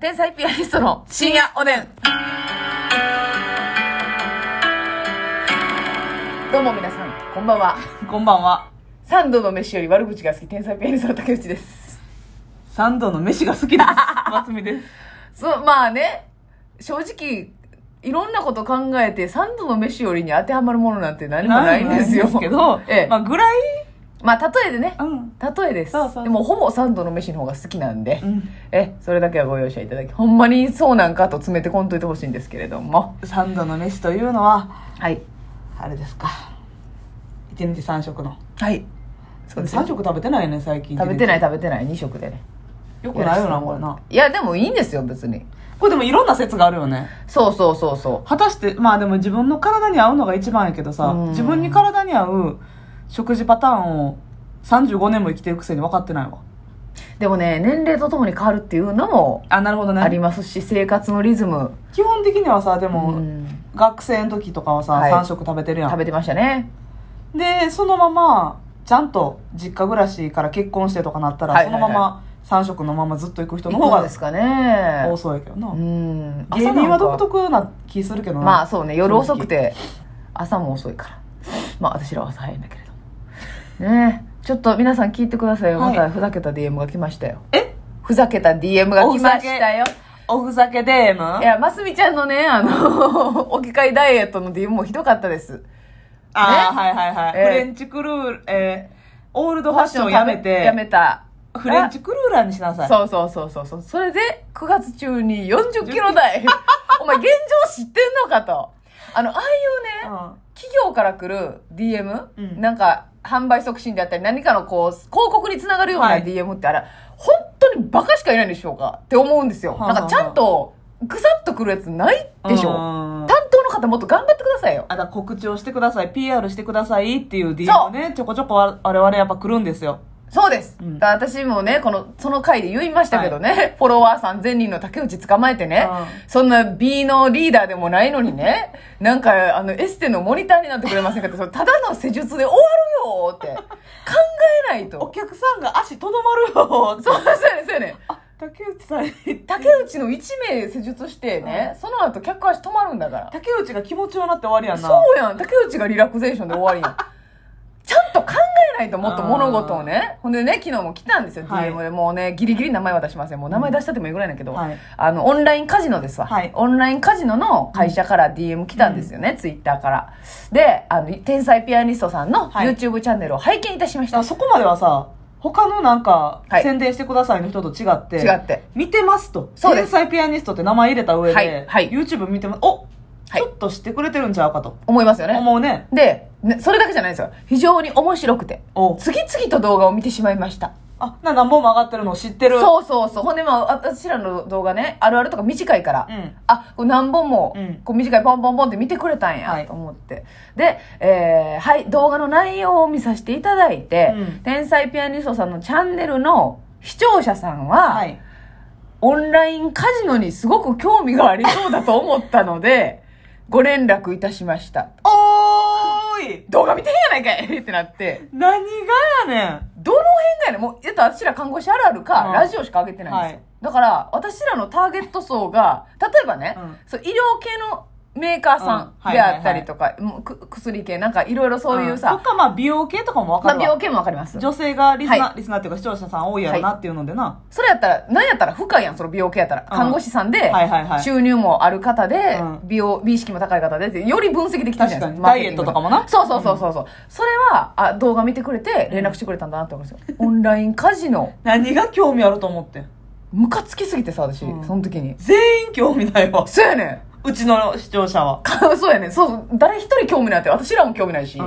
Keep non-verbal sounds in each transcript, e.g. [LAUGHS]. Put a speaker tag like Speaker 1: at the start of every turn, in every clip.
Speaker 1: 天才ピアニストの深夜おでん。どうも皆さん、こんばんは。
Speaker 2: こんばんは。
Speaker 1: 三度の飯より悪口が好き、天才ピアニストの竹内です。
Speaker 2: サンドの飯が好
Speaker 1: [LAUGHS]
Speaker 2: きです。松見です。
Speaker 1: そう、まあね、正直、いろんなこと考えて、三度の飯よりに当てはまるものなんて何もないんですよ。
Speaker 2: なんもないけど
Speaker 1: [LAUGHS] 、ええ
Speaker 2: まあぐらい、
Speaker 1: まあ、例えでね
Speaker 2: う。ん。
Speaker 1: 例えです。
Speaker 2: そうそうそう
Speaker 1: でも、ほぼ三度の飯の方が好きなんで、
Speaker 2: うん。
Speaker 1: え、それだけはご容赦いただき、ほんまにそうなんかと詰めてこんといてほしいんですけれども。
Speaker 2: サンドの飯というのは、
Speaker 1: はい。
Speaker 2: あれですか。一日三食の。
Speaker 1: はい。そうですね
Speaker 2: 三食食べてないね、最近。。
Speaker 1: 食べてないい食べてない2食でね
Speaker 2: よくないよな、これな。
Speaker 1: いやでもいいんですよ別に
Speaker 2: これでもいろんな説があるよね。
Speaker 1: そうそうそうそ
Speaker 2: 果たして、まあでも自分の体に合うのが一番やけどさ
Speaker 1: うん、
Speaker 2: 自分に体に合う食事パターンを35年も生きてるくせに分かってないわ。
Speaker 1: うでもね年齢とともに変わるっていうのも
Speaker 2: あ、なるほど
Speaker 1: あり
Speaker 2: ね。
Speaker 1: ますし生活のリズム
Speaker 2: 基本的にはさ、でも、
Speaker 1: うん
Speaker 2: 学生の時とかはさ、
Speaker 1: はい
Speaker 2: 3食食べてるやん
Speaker 1: 食べてましたね
Speaker 2: でそのままちゃんと実家暮らしから結婚してとかなったら、
Speaker 1: はいはいはい
Speaker 2: そのまま3食のままずっと行く人の方
Speaker 1: どう
Speaker 2: が
Speaker 1: ですかね
Speaker 2: 多そうやけどな、
Speaker 1: うん
Speaker 2: 芸人は独
Speaker 1: と
Speaker 2: 特な気するけどな、
Speaker 1: まあそうね夜遅くて朝も遅いからまあ私らは朝早いんだけれどもねえちょっと皆さん聞いてくださいよ、
Speaker 2: はい
Speaker 1: またふざけた DM が来ましたよ
Speaker 2: え
Speaker 1: ふざけた DM が来ましたよ
Speaker 2: おふざけデーム
Speaker 1: いや、ますみちゃんのね、あの、 [LAUGHS] 置き換えダイエットの DM もひどかったです。
Speaker 2: ああ、
Speaker 1: ね
Speaker 2: はいはいはい、
Speaker 1: ええ
Speaker 2: フレンチクルー、えーオールドファッションをやめて
Speaker 1: やめた。
Speaker 2: フレンチクルーラーにしなさい
Speaker 1: そうそうそうそうそう。それで、9月中に40キロ台。 [LAUGHS] お前、現状知ってんのかと。あの、ああいうね、企業から来る DM、
Speaker 2: うん
Speaker 1: なんか、販売促進であったり、何かのこう、広告につながるような
Speaker 2: はい
Speaker 1: DM ってあれ、本当にバカしかいないんでしょうかって思うんですよ。
Speaker 2: はあはあ
Speaker 1: なんか、ちゃんと、ぐさっと来るやつない
Speaker 2: うん
Speaker 1: でしょ
Speaker 2: うん
Speaker 1: 担当の方もっと頑張ってくださいよ。
Speaker 2: あだ告知をしてください PR してくださいっていう
Speaker 1: そう
Speaker 2: DM ねちょこちょこわ我々やっぱ来るんですよ
Speaker 1: そうです。
Speaker 2: うん
Speaker 1: だから私もね、この、その回で言いましたけどね、フォロワー3000人の竹内捕まえてね、
Speaker 2: う
Speaker 1: そんな B のリーダーでもないのにね、なんか、あの、エステのモニターになってくれませんかって、それただの施術で終わるよーって、考えない
Speaker 2: お
Speaker 1: と。
Speaker 2: 客さんが足とどまるよ
Speaker 1: そう、そうやね、そうやね。
Speaker 2: 竹内さん
Speaker 1: 竹内の1名施術してね、その後客足止まるんだから。
Speaker 2: 竹内が気持ちよなって終わりやんな
Speaker 1: そうやん。竹内がリラクゼーションで終わり
Speaker 2: [LAUGHS]
Speaker 1: やん。ちゃんと考えないともっと物事をね。ほんでね、昨日も来たんですよ、
Speaker 2: はい
Speaker 1: DM で。もうね、ギリギリ名前は出しません。もう名前出したってもいいぐらいだけど、
Speaker 2: はい
Speaker 1: あの、オンラインカジノですわ。
Speaker 2: はい
Speaker 1: オンラインカジノの会社から DM 来たんですよね、ツイッターから。で、あの、天才ピアニストさんの
Speaker 2: はい
Speaker 1: YouTube チャンネルを拝見いたしまし
Speaker 2: だ
Speaker 1: た。
Speaker 2: からそこまではさ他のなんか、
Speaker 1: はい
Speaker 2: 宣伝してくださいの人と違って
Speaker 1: 違って。
Speaker 2: 見てますと
Speaker 1: そうです
Speaker 2: 天才ピアニストって名前入れた上で、
Speaker 1: はいはい
Speaker 2: YouTube 見てますお、
Speaker 1: はい
Speaker 2: ちょっと知ってくれてるんちゃうかと
Speaker 1: 思いますよね。
Speaker 2: 思うね
Speaker 1: で、ねそれだけじゃないですよ。非常に面白くて。
Speaker 2: お
Speaker 1: 次々と動画を見てしまいました。
Speaker 2: あな何本も上がってるのを知ってる
Speaker 1: そうそうそう。ほんで、まあ、私らの動画ね、あるあるとか短いから、
Speaker 2: うん
Speaker 1: あ、これ何本も、
Speaker 2: うん
Speaker 1: こう短いポンポンポンって見てくれたんや、
Speaker 2: はい
Speaker 1: と思って。で、えーはい、動画の内容を見させていただいて、
Speaker 2: うん
Speaker 1: 天才ピアニストさんのチャンネルの視聴者さんは、
Speaker 2: はい
Speaker 1: オンラインカジノにすごく興味がありそうだと思ったので、ご連絡いたしま
Speaker 2: [LAUGHS]
Speaker 1: した。
Speaker 2: おーい
Speaker 1: 動画見てへんやないかいってなって、
Speaker 2: 何がやねん
Speaker 1: どの辺がやねんもう、言ったら私ら看護師あるあるか、
Speaker 2: うん
Speaker 1: ラジオしか上げてないんですよ。
Speaker 2: はい
Speaker 1: だから、私らのターゲット層が、例えばね、
Speaker 2: うん
Speaker 1: そう医療系のメーカーさ
Speaker 2: うん
Speaker 1: んであったりとか、もうく薬系、なんかいろいろそういう
Speaker 2: うん
Speaker 1: さ
Speaker 2: と、かまあ美容系とかも分
Speaker 1: ま
Speaker 2: か
Speaker 1: あ、
Speaker 2: る
Speaker 1: 美
Speaker 2: わ、
Speaker 1: 容系もわかります。
Speaker 2: 女性がリスナー、
Speaker 1: は
Speaker 2: リスナーっていうか視聴者さん多いやろなっていうのでな、
Speaker 1: それやったら、なんやったら深いやん、その美容系やったら。
Speaker 2: うん
Speaker 1: 看護師さんで
Speaker 2: はいはいは、い
Speaker 1: 収入もある方で
Speaker 2: う、ん
Speaker 1: 美容、美意識も高い方でって、より分析できたじゃないです
Speaker 2: 確か
Speaker 1: か。
Speaker 2: に
Speaker 1: マーケティング
Speaker 2: ダイエットとかもな
Speaker 1: そうそうそうそう。うそれは、あ、動画見てくれて、連絡してくれたんだなって思うんですよ。オンラインカジノ、
Speaker 2: 何が興味あると思ってん
Speaker 1: ムカつきすぎてさ、私、
Speaker 2: うん
Speaker 1: その時に。
Speaker 2: 全員興味ないわ
Speaker 1: そうやねん。
Speaker 2: うちの視聴者は
Speaker 1: かそうやねん。そうそう、誰一人興味ないって、私らも興味ないし。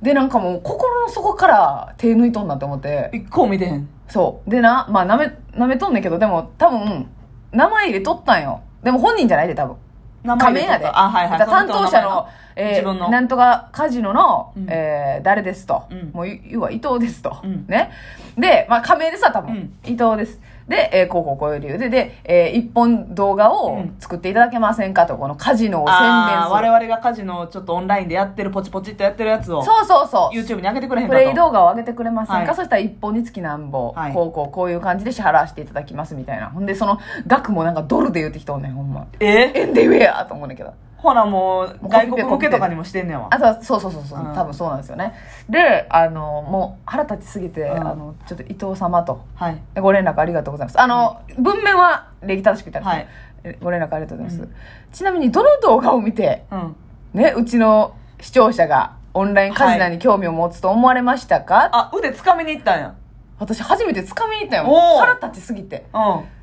Speaker 1: で、なんかもう、心の底から手抜いとんなって思って。
Speaker 2: 一個も見てへん
Speaker 1: そう。でな、まあ、なめ、なめとんねんけど、でも、多分、名前入れとったんよ。でも本人じゃないで、多分。
Speaker 2: 名
Speaker 1: 仮面やで。
Speaker 2: あはいはい
Speaker 1: だから担当者の、え
Speaker 2: 自
Speaker 1: ー
Speaker 2: 分の
Speaker 1: なんとかカジノの、
Speaker 2: うん
Speaker 1: えー誰ですと。
Speaker 2: うん
Speaker 1: もう、い要は伊藤ですと。
Speaker 2: うん
Speaker 1: ね。で、まあ、仮名でさ、多分、
Speaker 2: うん
Speaker 1: 伊藤です。で、えーこうこうこういう理由で、で、えー一本動画を作っていただけませんかと、このカジノを宣伝
Speaker 2: ああ
Speaker 1: す
Speaker 2: 我
Speaker 1: る。
Speaker 2: 々がカジノをちょっとオンラインでやってるポチポチっとやってるやつを
Speaker 1: そうそうそう。
Speaker 2: YouTube に上げてくれへん
Speaker 1: プ
Speaker 2: か
Speaker 1: レイ
Speaker 2: と
Speaker 1: 動画を上げてくれませんか、
Speaker 2: はい
Speaker 1: そしたら一本につきなんぼ、
Speaker 2: はい
Speaker 1: こうこうこういう感じで支払わせていただきますみたいな。ほんで、その額もなんかドルで言ってきとんねん、ほんま。
Speaker 2: え
Speaker 1: 円で言えやと思うねんだけど。
Speaker 2: ほらもう
Speaker 1: もうコピ
Speaker 2: 外
Speaker 1: ペ
Speaker 2: 国向けとかにもしてんねんわ
Speaker 1: あとは、そうそうそうそう、
Speaker 2: うん
Speaker 1: 多分そうなんですよね。で、あの、もう腹立ちすぎて、
Speaker 2: うん
Speaker 1: あの、ちょっと伊藤様と。
Speaker 2: はい
Speaker 1: ご連絡ありがとうございます。あの、文面は礼儀正しくいただき
Speaker 2: はい
Speaker 1: えご連絡ありがとうございます。
Speaker 2: う
Speaker 1: ちなみに、どの動画を見て、
Speaker 2: うん
Speaker 1: ね、うちの視聴者がオンラインカジノに興味を持つと思われましたか、
Speaker 2: あ腕掴みに行ったんや
Speaker 1: 私初めて掴みに行ったよ。
Speaker 2: おー
Speaker 1: 腹立ちすぎて。
Speaker 2: う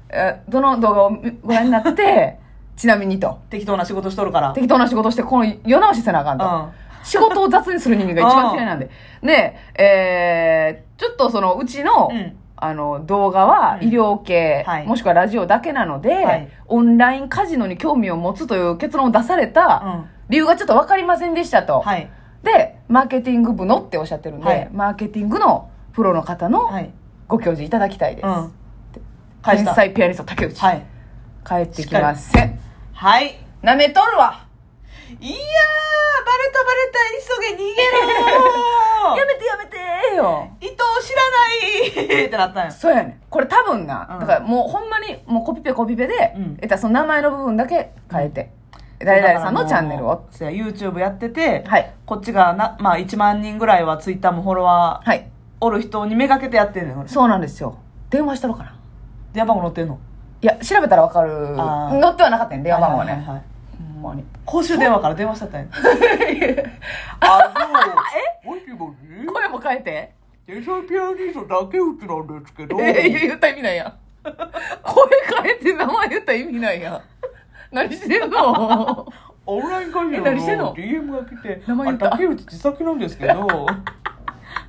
Speaker 1: えーどの動画を見ご覧になって、 [LAUGHS] ちなみにと。
Speaker 2: ん適当な仕事しとるから
Speaker 1: 適当な仕事して、この世直しせなあかんと。
Speaker 2: う
Speaker 1: 仕事を雑にする人間が一番嫌いなんで。ねえ、えーちょっとその、うちの、
Speaker 2: んうん
Speaker 1: あの、動画は
Speaker 2: うん
Speaker 1: 医療系、
Speaker 2: はい
Speaker 1: もしくはラジオだけなので、
Speaker 2: はい
Speaker 1: オンラインカジノに興味を持つという結論を出され
Speaker 2: う
Speaker 1: た
Speaker 2: ん
Speaker 1: 理由がちょっと分かりませんでしたと。
Speaker 2: はい
Speaker 1: で、マーケティング部のっておっしゃってるんで、
Speaker 2: はい
Speaker 1: マーケティングのプロの方の
Speaker 2: はい
Speaker 1: ご教示いただきたいです。
Speaker 2: うん返し
Speaker 1: 天
Speaker 2: た
Speaker 1: 才ピアニスト竹内、
Speaker 2: はい
Speaker 1: 帰ってきません
Speaker 2: はい
Speaker 1: なめとるわ
Speaker 2: いやーバレたバレた急げ逃
Speaker 1: [LAUGHS]
Speaker 2: げ
Speaker 1: や
Speaker 2: ろ
Speaker 1: めてやめてよ
Speaker 2: 伊藤知らないってなったんや
Speaker 1: そうやねんこれ多分な、
Speaker 2: うん
Speaker 1: だからもうほんまにもうコピペコピペで、
Speaker 2: うん
Speaker 1: えっとその名前の部分だけ変えて、 [LAUGHS] 誰々さんのチャンネル
Speaker 2: だか
Speaker 1: を
Speaker 2: らもうそうや YouTube やってて、
Speaker 1: はい
Speaker 2: こっちがな、まあ、1万人ぐらいは Twitter もフォロワー
Speaker 1: はい
Speaker 2: おる人にめがけてやってんのよ俺
Speaker 1: そうなんですよ電話したのかな
Speaker 2: 電話番号載ってんの
Speaker 1: いや調べたらわかる
Speaker 2: あー
Speaker 1: 載ってはなかったん電話番号はね、
Speaker 2: はいはいはいはい
Speaker 1: ほんまに [LAUGHS]
Speaker 2: 公衆電話から電話しちゃったんやあのもしもし
Speaker 1: 声も変えて
Speaker 2: 天才ピアニスト竹内なんです [LAUGHS] けど
Speaker 1: ええ言った意味ないやん [LAUGHS] 声変えて名前言った意味ないやん何してんの
Speaker 2: オンライン会議
Speaker 1: え何してんの
Speaker 2: の DM が来て
Speaker 1: 名前言った
Speaker 2: あ竹内自作なんですけ [LAUGHS] ど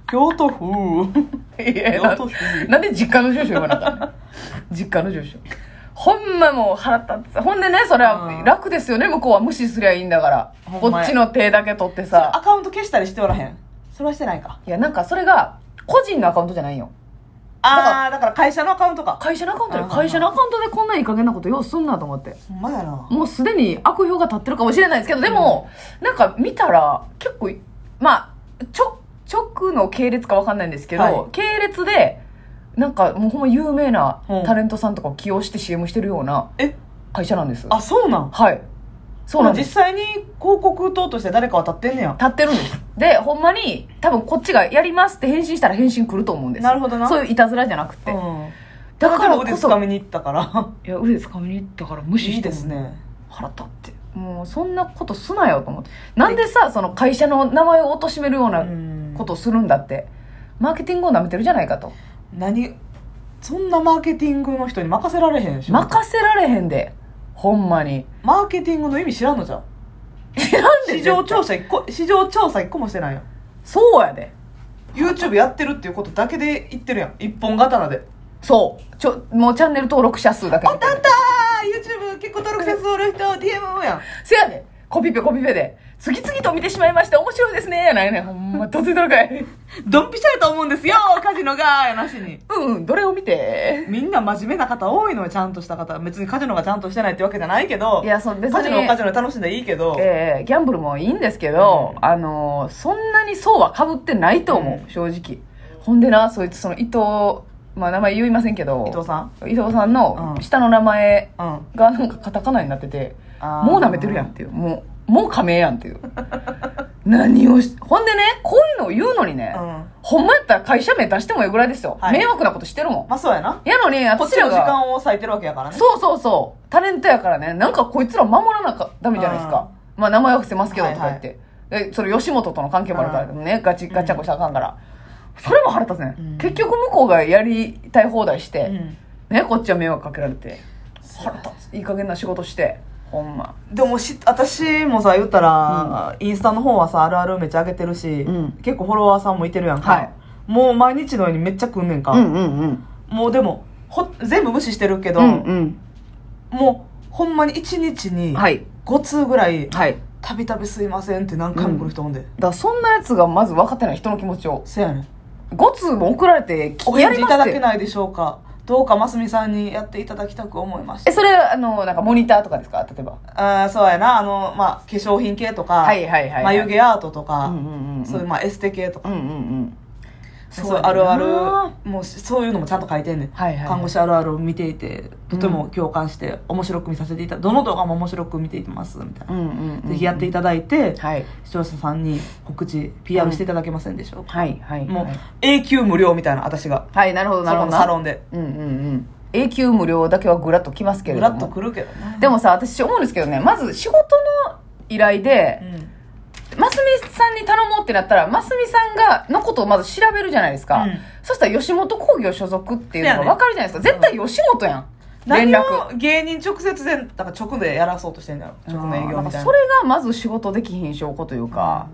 Speaker 2: 京都府
Speaker 1: いや
Speaker 2: 京都市
Speaker 1: なんで実家の住所言わなあかんの実家の住所ほんまもう腹立つほんでねそれ
Speaker 2: う
Speaker 1: は
Speaker 2: ん
Speaker 1: 楽ですよね向こうは無視すりゃいいんだから
Speaker 2: ほ
Speaker 1: こ
Speaker 2: んまや
Speaker 1: っちの手だけ取って
Speaker 2: ア
Speaker 1: さ
Speaker 2: カウント消したりしておらへんそれはしてないか
Speaker 1: いやなんかそれが個人のアカウントじゃないよ
Speaker 2: ああだから会社のアカウントか
Speaker 1: 会社のアカウントで
Speaker 2: あー
Speaker 1: 会社のアカウントでこんないい加減なことようすんなと思って
Speaker 2: ほんまやな
Speaker 1: もうすでに悪評が立ってるかもしれないですけどでも、なんか見たら結構まあちょ直の系列かわかんないんですけど、
Speaker 2: はい
Speaker 1: 系列でなんかもうほんま有名な
Speaker 2: うん
Speaker 1: タレントさんとかを起用して CM してるような
Speaker 2: え
Speaker 1: 会社なんです
Speaker 2: あそうなん
Speaker 1: はいそうなんで
Speaker 2: 実
Speaker 1: す
Speaker 2: 際に広告塔として誰かは立ってんねや
Speaker 1: 立ってるんですでほんまに多分こっちがやりますって返信したら返信来ると思うんです
Speaker 2: なるほどな
Speaker 1: そういういたずらじゃなくて、
Speaker 2: うん
Speaker 1: だから
Speaker 2: でも腕
Speaker 1: こそ
Speaker 2: 掴みに行ったから
Speaker 1: いや腕つかみに行ったから無視
Speaker 2: い
Speaker 1: し
Speaker 2: い
Speaker 1: て
Speaker 2: ですね
Speaker 1: 腹立ってもうそんなことすなよと思ってなんでさその会社の名前を貶としめるよう
Speaker 2: う
Speaker 1: なんことをするんだってマーケティングを舐めてるじゃないかと
Speaker 2: 何そんなマーケティングの人に任せられへんし
Speaker 1: 任せられへんでほんまに
Speaker 2: マーケティングの意味知らんのじゃん
Speaker 1: なんで
Speaker 2: 市場調査一個市場調査一個もしてないよ
Speaker 1: そうやで
Speaker 2: YouTube やってるっていうことだけで言ってるやん一本刀で
Speaker 1: そうちょもうチャンネル登録者数だけ
Speaker 2: あ
Speaker 1: 見
Speaker 2: ってた
Speaker 1: る
Speaker 2: あった YouTube 結構登録者数おる人 DM やん
Speaker 1: せやでコピペコピペで次々と見てしまいました面白いですねやないねんほんまどついとるかい
Speaker 2: ドンピシャやと思うんですよカジノがやなしに
Speaker 1: うんうんどれを見て
Speaker 2: みんな真面目な方多いのよちゃんとした方別にカジノがちゃんとしてないってわけじゃないけど
Speaker 1: いやそう別に
Speaker 2: カジノはカジノで楽しんでいいけど、
Speaker 1: えーギャンブルもいいんですけど、
Speaker 2: う
Speaker 1: あのーそんなにそうはかぶってないと思う、
Speaker 2: うん
Speaker 1: 正直ほんでなそいつその伊藤まあ名前言いませんけど
Speaker 2: 伊藤さん
Speaker 1: 伊藤さんの
Speaker 2: うん
Speaker 1: 下の名前
Speaker 2: うん
Speaker 1: が [LAUGHS] なんかカタカナになってて、もう舐めてるやんっていうもうもう仮名やんっていう [LAUGHS] 何をしほんでねこういうのを言うのにね、
Speaker 2: うん
Speaker 1: ほんまやったら会社名出してもええぐらいですよ、
Speaker 2: はい
Speaker 1: 迷惑なことしてるもん
Speaker 2: まあそうやな
Speaker 1: やのに
Speaker 2: こ
Speaker 1: 私
Speaker 2: っち
Speaker 1: ら
Speaker 2: の時
Speaker 1: が
Speaker 2: 間を割いてるわけやからね
Speaker 1: そうそうそうタレントやからねなんかこいつら守らなきゃダメじゃないですか、まあ名前は伏せますけど
Speaker 2: は
Speaker 1: と
Speaker 2: い
Speaker 1: か言って、でそれ吉本との関係もあるからね、ガチガチャンコしたらあかんから、それも腹立つね、
Speaker 2: うん
Speaker 1: 結局向こうがやりたい放題して、
Speaker 2: うん
Speaker 1: ねこっちは迷惑かけられて腹立ついい加減な仕事してほんま
Speaker 2: でもし私もさ言ったら、インスタの方はさあるあるめっちゃ上げてるし、
Speaker 1: うん
Speaker 2: 結構フォロワーさんもいてるやんか、
Speaker 1: はい
Speaker 2: もう毎日のようにめっちゃ来んねんか、
Speaker 1: うんうん
Speaker 2: もうでもほ全部無視してるけど、
Speaker 1: うん
Speaker 2: もうほんまに1日
Speaker 1: う
Speaker 2: に
Speaker 1: んはい
Speaker 2: 5通ぐらい
Speaker 1: はいだか
Speaker 2: 「たびたびすいません」って何回も来る人おんで、
Speaker 1: らそんなやつがまず分かってない人の気持ちを
Speaker 2: せやねん
Speaker 1: 5通も送られて
Speaker 2: お
Speaker 1: や
Speaker 2: 返
Speaker 1: り
Speaker 2: 事
Speaker 1: ます
Speaker 2: いた
Speaker 1: っ
Speaker 2: だ
Speaker 1: て
Speaker 2: けないでしょうかどうかますみさんにやっていただきたく思いました
Speaker 1: え、それ、あの、なんかモニターとかですか例えば。
Speaker 2: あーそうやなあの、まあ、化粧品系とか、
Speaker 1: はいはいはいはい
Speaker 2: 眉毛アートとか、
Speaker 1: うんうんうんうん
Speaker 2: そういう、まあ、エステ系とか、
Speaker 1: うんうんうん。
Speaker 2: そう
Speaker 1: そうやな
Speaker 2: あるあるもうそういうのもちゃんと書いてんねん、
Speaker 1: はいはいはい
Speaker 2: 看護師あるあるを見ていてとても共感して面白く見させていたどの動画も面白く見ていますみたいな、
Speaker 1: んうん
Speaker 2: ぜひやっていただいて、
Speaker 1: はい。
Speaker 2: 視聴者さんに告知 PR していただけませんでしょうか、
Speaker 1: はいはい。
Speaker 2: もう永久無料みたいな私が
Speaker 1: はい、なるほど
Speaker 2: そ
Speaker 1: なるほ
Speaker 2: こ
Speaker 1: ど。
Speaker 2: のサロンで
Speaker 1: うんうんうん。永久無料だけはぐらっときますけ
Speaker 2: ぐ
Speaker 1: れ
Speaker 2: ら
Speaker 1: ど
Speaker 2: っと
Speaker 1: も。
Speaker 2: くるけどね
Speaker 1: でもさ、私思うんですけどね、まず仕事の依頼で、マスミさんに頼もうってなったら、マスミさんが、のことをまず調べるじゃないですか。
Speaker 2: うん
Speaker 1: そしたら吉本興業所属っていうの
Speaker 2: そうやね
Speaker 1: がわかるじゃないですか。絶対吉本やん。連
Speaker 2: 連
Speaker 1: 絡。
Speaker 2: 絡芸人直接でだから直でやらそうとしてんだよ直の営
Speaker 1: なん
Speaker 2: 業み
Speaker 1: か
Speaker 2: たいな
Speaker 1: それがまず仕事できひん証拠というか、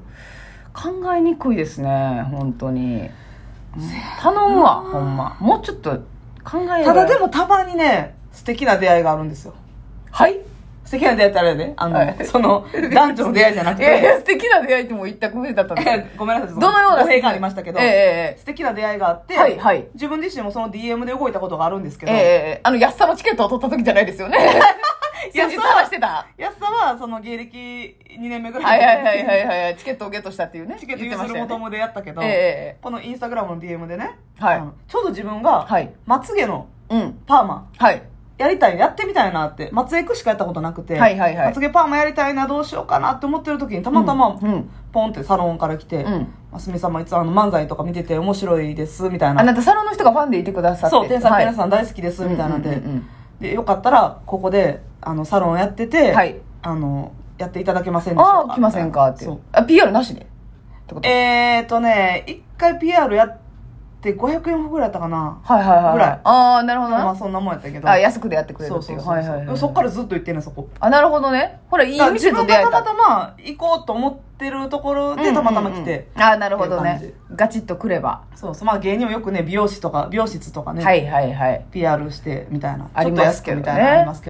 Speaker 1: 考えにくいですね、本当に。頼むわ、ほんま。もうちょっと考えよう
Speaker 2: ただで、もたまにね素敵な出会いがあるんですよ
Speaker 1: はい
Speaker 2: 素敵な出会いってあれやであの、
Speaker 1: はい
Speaker 2: その男女の出会いじゃなく
Speaker 1: いやいや、
Speaker 2: て
Speaker 1: 素敵な出会いってもう一択無理だったんです
Speaker 2: [LAUGHS]
Speaker 1: よ
Speaker 2: ごめんなさい
Speaker 1: どのような
Speaker 2: 語弊がありましたけど、
Speaker 1: えええ
Speaker 2: 素敵な出会いがあっ
Speaker 1: え
Speaker 2: て、
Speaker 1: ええはい、はい。
Speaker 2: 自分自身もその DM で動いたことがあるんですけ
Speaker 1: ええ
Speaker 2: ど、
Speaker 1: ええあの、安さのチケットを取った時じゃないです
Speaker 2: [LAUGHS]
Speaker 1: よね。先日話してた。
Speaker 2: 安さはその芸歴2年目ぐら
Speaker 1: はいい
Speaker 2: の
Speaker 1: はいはいはいはいはい。チケットをゲットしたっていうね。
Speaker 2: チケット
Speaker 1: 言って
Speaker 2: 譲
Speaker 1: ました
Speaker 2: るも
Speaker 1: よ
Speaker 2: と
Speaker 1: ね。
Speaker 2: もでやったけど、
Speaker 1: えええ
Speaker 2: このインスタグラムの DM でね、
Speaker 1: はい
Speaker 2: あのちょうど自分
Speaker 1: え
Speaker 2: が
Speaker 1: はい。
Speaker 2: まつげの
Speaker 1: うん。
Speaker 2: パーマ
Speaker 1: はい。
Speaker 2: やりたいやってみたいなってまつげくしかやったことなくて、
Speaker 1: はいはいはい
Speaker 2: まつげパーマやりたいなどうしようかなって思ってる時にたまたま
Speaker 1: うんうん
Speaker 2: ポンってサロンから来て
Speaker 1: うん
Speaker 2: 「ますみさんもいつあの漫才とか見てて面白いです」みたい
Speaker 1: あ
Speaker 2: な
Speaker 1: なた、サロンの人がファンでいてくださ
Speaker 2: 「
Speaker 1: って。
Speaker 2: そう天才
Speaker 1: はい
Speaker 2: ピアノさん大好きです」みたいなん
Speaker 1: うん
Speaker 2: で
Speaker 1: うんうん
Speaker 2: でよかったらここであのサロンやってて、
Speaker 1: はい
Speaker 2: あのやっていただけませんでしょう
Speaker 1: あ
Speaker 2: か
Speaker 1: あ、来ませんかって
Speaker 2: そう。
Speaker 1: あ、PR なしでってこと
Speaker 2: えーとね一回 PR やって500円ぐらいやったかな
Speaker 1: はいはいはい
Speaker 2: ぐ
Speaker 1: は
Speaker 2: ら
Speaker 1: い
Speaker 2: い。
Speaker 1: ああ、なるほど
Speaker 2: まあ
Speaker 1: な。
Speaker 2: そんなもんやったけど
Speaker 1: あ、安くでやってくれる
Speaker 2: そう
Speaker 1: って
Speaker 2: そ
Speaker 1: いうう。
Speaker 2: そう、
Speaker 1: はいはいはい。
Speaker 2: そっからずっと行ってんねんそこ
Speaker 1: あ、なるほどね。ほら、いい
Speaker 2: だから
Speaker 1: 店
Speaker 2: 自
Speaker 1: と
Speaker 2: 分
Speaker 1: 出会
Speaker 2: が
Speaker 1: え
Speaker 2: た
Speaker 1: た
Speaker 2: ま。たま行こうと思ってるところでたまたま来て、
Speaker 1: うんうんうんあなるほど
Speaker 2: ってい
Speaker 1: ね
Speaker 2: う
Speaker 1: ガチッとくれば、
Speaker 2: そうそうまあ芸人もよくね美容師とか美容室とかね、
Speaker 1: はいはいはい
Speaker 2: PR してみたいな
Speaker 1: ありますけどね
Speaker 2: ちょっと安くみたいなのありますけ